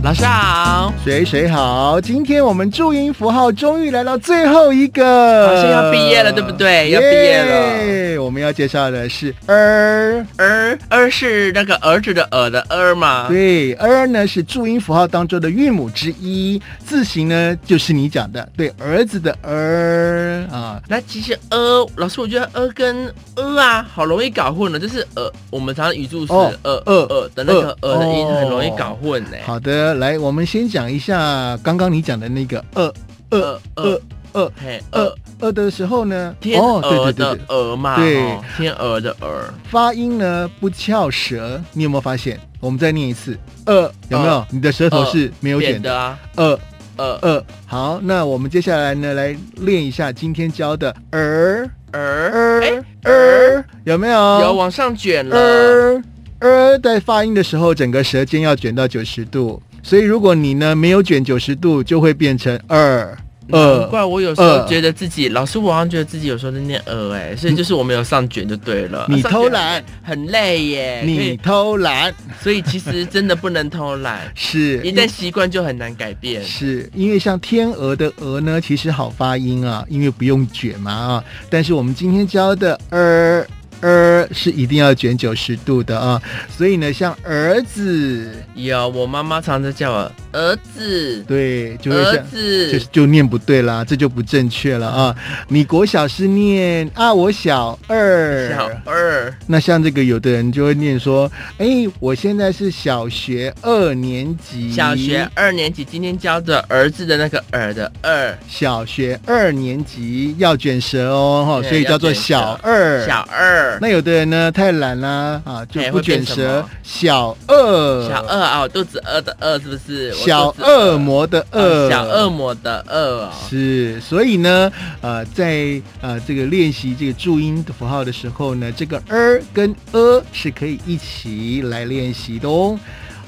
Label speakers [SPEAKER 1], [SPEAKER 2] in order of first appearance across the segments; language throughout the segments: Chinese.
[SPEAKER 1] 老师好，
[SPEAKER 2] 水水好，今天我们注音符号终于来到最后一个，
[SPEAKER 1] 好像要毕业了对不对要毕业了
[SPEAKER 2] 耶。我们要介绍的是儿，
[SPEAKER 1] 儿儿是那个儿子的儿的儿嘛？
[SPEAKER 2] 对，儿呢是注音符号当中的韵母之一，字形呢就是你讲的，对，儿子的儿啊，
[SPEAKER 1] 那其实呃，老师，我觉得呃跟呃啊，好容易搞混了，就是呃，我们常常语助词
[SPEAKER 2] 哦
[SPEAKER 1] 呃呃呃的那个
[SPEAKER 2] 呃
[SPEAKER 1] 呃的音
[SPEAKER 2] 哦
[SPEAKER 1] 很容易搞混呢。
[SPEAKER 2] 好的，来，我们先讲一下刚刚你讲的那个呃呃呃呃
[SPEAKER 1] 嘿，呃
[SPEAKER 2] 呃，呃的时候呢，哦
[SPEAKER 1] 天鹅
[SPEAKER 2] 对对对
[SPEAKER 1] 的
[SPEAKER 2] 对，
[SPEAKER 1] 鹅嘛，
[SPEAKER 2] 对
[SPEAKER 1] 哦天鹅的鹅，
[SPEAKER 2] 发音呢不翘舌，你有没有发现？我们再念一次，呃，有没有？你的舌头是没有
[SPEAKER 1] 扁
[SPEAKER 2] 卷的，
[SPEAKER 1] 的啊，
[SPEAKER 2] 呃
[SPEAKER 1] 呃
[SPEAKER 2] 呃。好，那我们接下来呢，来练一下今天教的儿
[SPEAKER 1] 儿
[SPEAKER 2] 儿
[SPEAKER 1] 哎
[SPEAKER 2] 儿，有没有？
[SPEAKER 1] 有啊往上卷了，
[SPEAKER 2] 儿儿在发音的时候，整个舌尖要卷到九十度，所以如果你呢没有卷九十度，就会变成二
[SPEAKER 1] 难
[SPEAKER 2] 呃。
[SPEAKER 1] 怪我有时候
[SPEAKER 2] 呃
[SPEAKER 1] 觉得自己，老师我好像觉得自己有时候在念鹅哎，所以就是我没有上卷就对了。啊
[SPEAKER 2] 你
[SPEAKER 1] 上卷
[SPEAKER 2] 偷懒
[SPEAKER 1] 很累耶，可
[SPEAKER 2] 你
[SPEAKER 1] 以
[SPEAKER 2] 偷懒，
[SPEAKER 1] 所以其实真的不能偷懒
[SPEAKER 2] 是
[SPEAKER 1] 一旦习惯就很难改变。
[SPEAKER 2] 是因为像天鹅的鹅呢，其实好发音啊，因为不用卷嘛啊。但是我们今天教的儿儿是一定要卷九十度的啊，所以呢，像儿子，
[SPEAKER 1] 有，我妈妈常常叫我儿子，
[SPEAKER 2] 对，就会
[SPEAKER 1] 儿
[SPEAKER 2] 像。就
[SPEAKER 1] 子，
[SPEAKER 2] 就念不对啦，这就不正确了啊！你国小是念啊，我小二，
[SPEAKER 1] 小二，
[SPEAKER 2] 那像这个有的人就会念说，哎、我现在是小学二年级，
[SPEAKER 1] 小学二年级，今天教的儿子的那个儿的二，
[SPEAKER 2] 小学二年级要卷舌哦，哈，
[SPEAKER 1] 对
[SPEAKER 2] 所以叫做
[SPEAKER 1] 要卷舌
[SPEAKER 2] 小二，
[SPEAKER 1] 小二，
[SPEAKER 2] 那有的人呢太懒啦啊，就
[SPEAKER 1] 哎
[SPEAKER 2] 不
[SPEAKER 1] 会变
[SPEAKER 2] 卷
[SPEAKER 1] 什
[SPEAKER 2] 舌
[SPEAKER 1] 么，
[SPEAKER 2] 小恶，
[SPEAKER 1] 小二啊，我肚子饿的饿是不是？我
[SPEAKER 2] 小
[SPEAKER 1] 肚子饿
[SPEAKER 2] 恶，魔的
[SPEAKER 1] 哦
[SPEAKER 2] 恶，
[SPEAKER 1] 小恶魔的恶哦。
[SPEAKER 2] 是，所以呢，呃，在呃这个练习这个注音的符号的时候呢，这个儿跟呃是可以一起来练习的哦。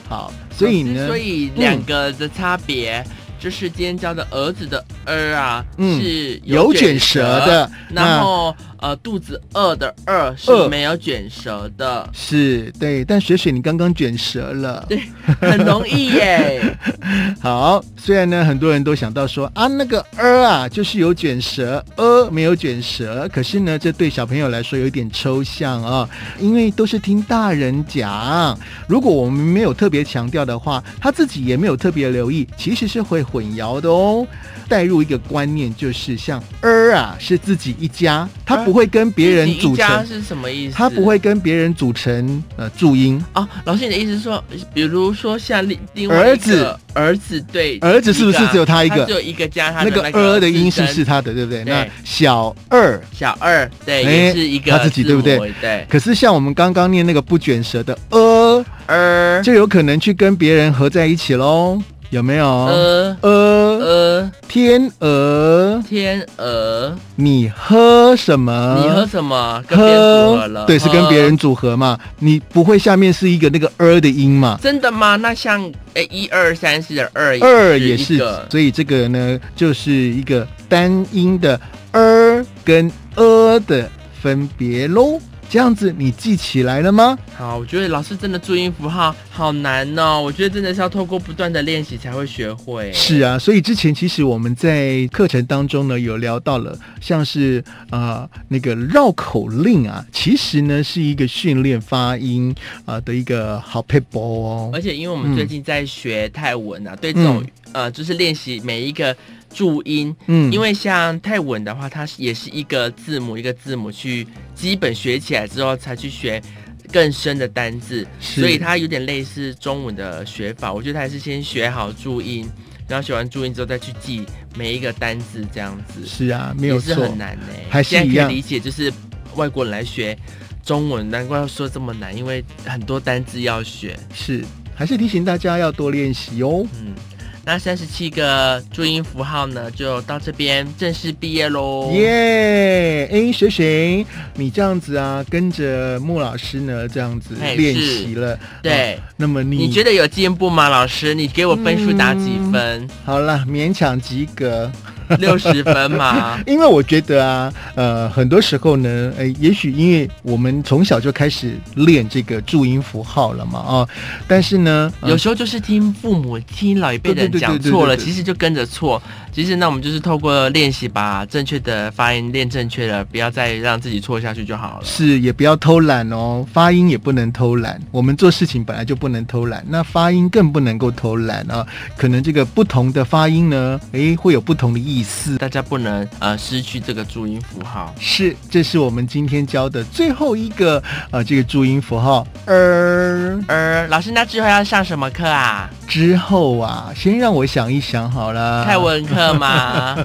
[SPEAKER 2] 好，所以
[SPEAKER 1] 老师
[SPEAKER 2] 呢，
[SPEAKER 1] 所以
[SPEAKER 2] 嗯
[SPEAKER 1] 两个的差别。就是今天教的儿子的儿啊，
[SPEAKER 2] 嗯
[SPEAKER 1] 是
[SPEAKER 2] 有卷舌的
[SPEAKER 1] 然
[SPEAKER 2] 那
[SPEAKER 1] 后呃肚子饿的饿是
[SPEAKER 2] 饿，
[SPEAKER 1] 没有卷舌的
[SPEAKER 2] 是对，但雪雪你刚刚卷舌了。
[SPEAKER 1] 对很容易耶。
[SPEAKER 2] 好，虽然呢很多人都想到说啊那个呃啊就是有卷舌，呃没有卷舌，可是呢这对小朋友来说有一点抽象啊、因为都是听大人讲，如果我们没有特别强调的话，他自己也没有特别留意，其实是会混淆的哦。带入一个观念就是像呃啊是自己一家，他不会跟 别人
[SPEAKER 1] 自己一
[SPEAKER 2] 组
[SPEAKER 1] 家
[SPEAKER 2] 成，
[SPEAKER 1] 是什么意思？
[SPEAKER 2] 他不会跟别人组成呃注音，
[SPEAKER 1] 哦，老师你的意思是说，比如说像另另外一个
[SPEAKER 2] 儿子
[SPEAKER 1] 儿子对
[SPEAKER 2] 儿子是不是只有他一个
[SPEAKER 1] 只有一个加他
[SPEAKER 2] 那
[SPEAKER 1] 的
[SPEAKER 2] 个
[SPEAKER 1] 那个
[SPEAKER 2] 呃的音是
[SPEAKER 1] 字
[SPEAKER 2] 是
[SPEAKER 1] 声
[SPEAKER 2] 他的，对不对？
[SPEAKER 1] 对
[SPEAKER 2] 那小二。
[SPEAKER 1] 小二对
[SPEAKER 2] 哎
[SPEAKER 1] 也是一个
[SPEAKER 2] 他自己对不对
[SPEAKER 1] 字母？对
[SPEAKER 2] 可是像我们刚刚念那个不卷舌的呃，
[SPEAKER 1] 儿
[SPEAKER 2] 就有可能去跟别人合在一起喽，有没有？
[SPEAKER 1] 呃
[SPEAKER 2] 呃，
[SPEAKER 1] 呃
[SPEAKER 2] 天鹅，
[SPEAKER 1] 天鹅。
[SPEAKER 2] 你喝什么？
[SPEAKER 1] 你喝什么？跟别人组合
[SPEAKER 2] 喝
[SPEAKER 1] 了，
[SPEAKER 2] 啊
[SPEAKER 1] 啊
[SPEAKER 2] 对，是跟别人组合嘛？你不会下面是一个那个呃的音嘛
[SPEAKER 1] 喝。？真的吗？那像诶一二三四的二
[SPEAKER 2] 二
[SPEAKER 1] 也
[SPEAKER 2] 也
[SPEAKER 1] 是一
[SPEAKER 2] 是
[SPEAKER 1] 个，
[SPEAKER 2] 所以这个呢，就是一个单音的呃跟呃的分别喽。这样子你记起来了吗？
[SPEAKER 1] 好，我觉得老师真的注音符号好难哦，我觉得真的是要透过不断的练习才会学会。
[SPEAKER 2] 是啊，所以之前其实我们在课程当中呢，有聊到了像是啊、呃那个绕口令啊，其实呢是一个训练发音啊、的一个好 p a p e 哦
[SPEAKER 1] 而。且因为我们最近在学泰文
[SPEAKER 2] 嗯
[SPEAKER 1] 啊，对这种、呃就是练习每一个注音。
[SPEAKER 2] 嗯
[SPEAKER 1] 因为像泰文的话，它是也是一个字母一个字母去基本学起来之后，才去学更深的单字，
[SPEAKER 2] 是
[SPEAKER 1] 所以它有点类似中文的学法。我觉得还是先学好注音，然后学完注音之后再去记每一个单字，这样子
[SPEAKER 2] 是啊，没
[SPEAKER 1] 也
[SPEAKER 2] 有
[SPEAKER 1] 是
[SPEAKER 2] 错，
[SPEAKER 1] 很难呢、
[SPEAKER 2] 还是
[SPEAKER 1] 现在
[SPEAKER 2] 一样
[SPEAKER 1] 可以理解，就是外国人来学中文，难怪要说这么难，因为很多单字要学。
[SPEAKER 2] 是还是提醒大家要多练习哦。
[SPEAKER 1] 嗯，那三十七个注音符号呢，就到这边正式毕业喽。
[SPEAKER 2] 耶！哎，水水，你这样子啊，跟着穆老师呢这样子
[SPEAKER 1] 哎
[SPEAKER 2] 练
[SPEAKER 1] 是
[SPEAKER 2] 习了，
[SPEAKER 1] 对
[SPEAKER 2] 啊那么你
[SPEAKER 1] 你觉得
[SPEAKER 2] 嗯
[SPEAKER 1] 有进步吗，老师？你给我分数打几分？
[SPEAKER 2] 好了，勉强及格。
[SPEAKER 1] 六十分吗？
[SPEAKER 2] 因为我觉得啊，呃，很多时候呢，呃，也许因为我们从小就开始练这个注音符号了嘛，啊、但是呢，呃
[SPEAKER 1] 有时候就是听父母、听老一辈的人
[SPEAKER 2] 对对对
[SPEAKER 1] 讲
[SPEAKER 2] 对对
[SPEAKER 1] 错了，
[SPEAKER 2] 对
[SPEAKER 1] 其实就跟着错。其实那我们就是透过练习，把正确的发音练正确了，不要再让自己错下去就好了。
[SPEAKER 2] 是也不要偷懒哦，发音也不能偷懒。我们做事情本来就不能偷懒，那发音更不能够偷懒啊。可能这个不同的发音呢，诶，会有不同的意思。
[SPEAKER 1] 大家不能呃失去这个注音符号。
[SPEAKER 2] 是，这是我们今天教的最后一个呃，这个注音符号儿
[SPEAKER 1] 呃，老师，那之后要上什么课啊？
[SPEAKER 2] 之后啊，先让我想一想好了。
[SPEAKER 1] 泰文课 吗？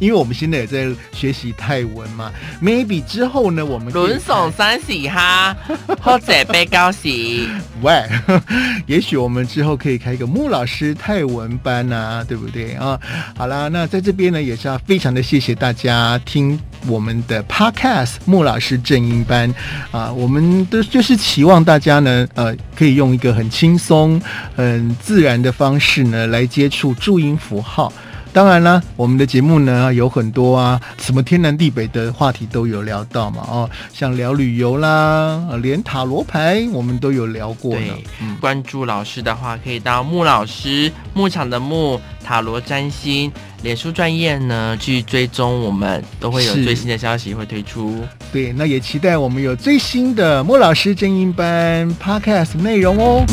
[SPEAKER 2] 因为我们现在也在学习泰文嘛，maybe 之后呢，我们可以
[SPEAKER 1] 轮耸三喜哈，或者被高喜。
[SPEAKER 2] 喂， 也许我们之后可以开一个穆老师泰文班啊，对不对啊？好啦，那在这边呢，也是要非常的谢谢大家听我们的 podcast 穆老师正音班啊，我们都就是期望大家呢，呃，可以用一个很轻松、很自然的方式呢，来接触注音符号。当然啦，我们的节目呢有很多啊，什么天南地北的话题都有聊到嘛哦，像聊旅游啦，呃连塔罗牌我们都有聊过呢
[SPEAKER 1] 对。
[SPEAKER 2] 嗯，
[SPEAKER 1] 关注老师的话，可以到穆老师牧场的牧塔罗占星脸书专业呢去追踪，我们都会有
[SPEAKER 2] 是
[SPEAKER 1] 最新的消息会推出。
[SPEAKER 2] 对，那也期待我们有最新的莫老师正音班 podcast 内容哦。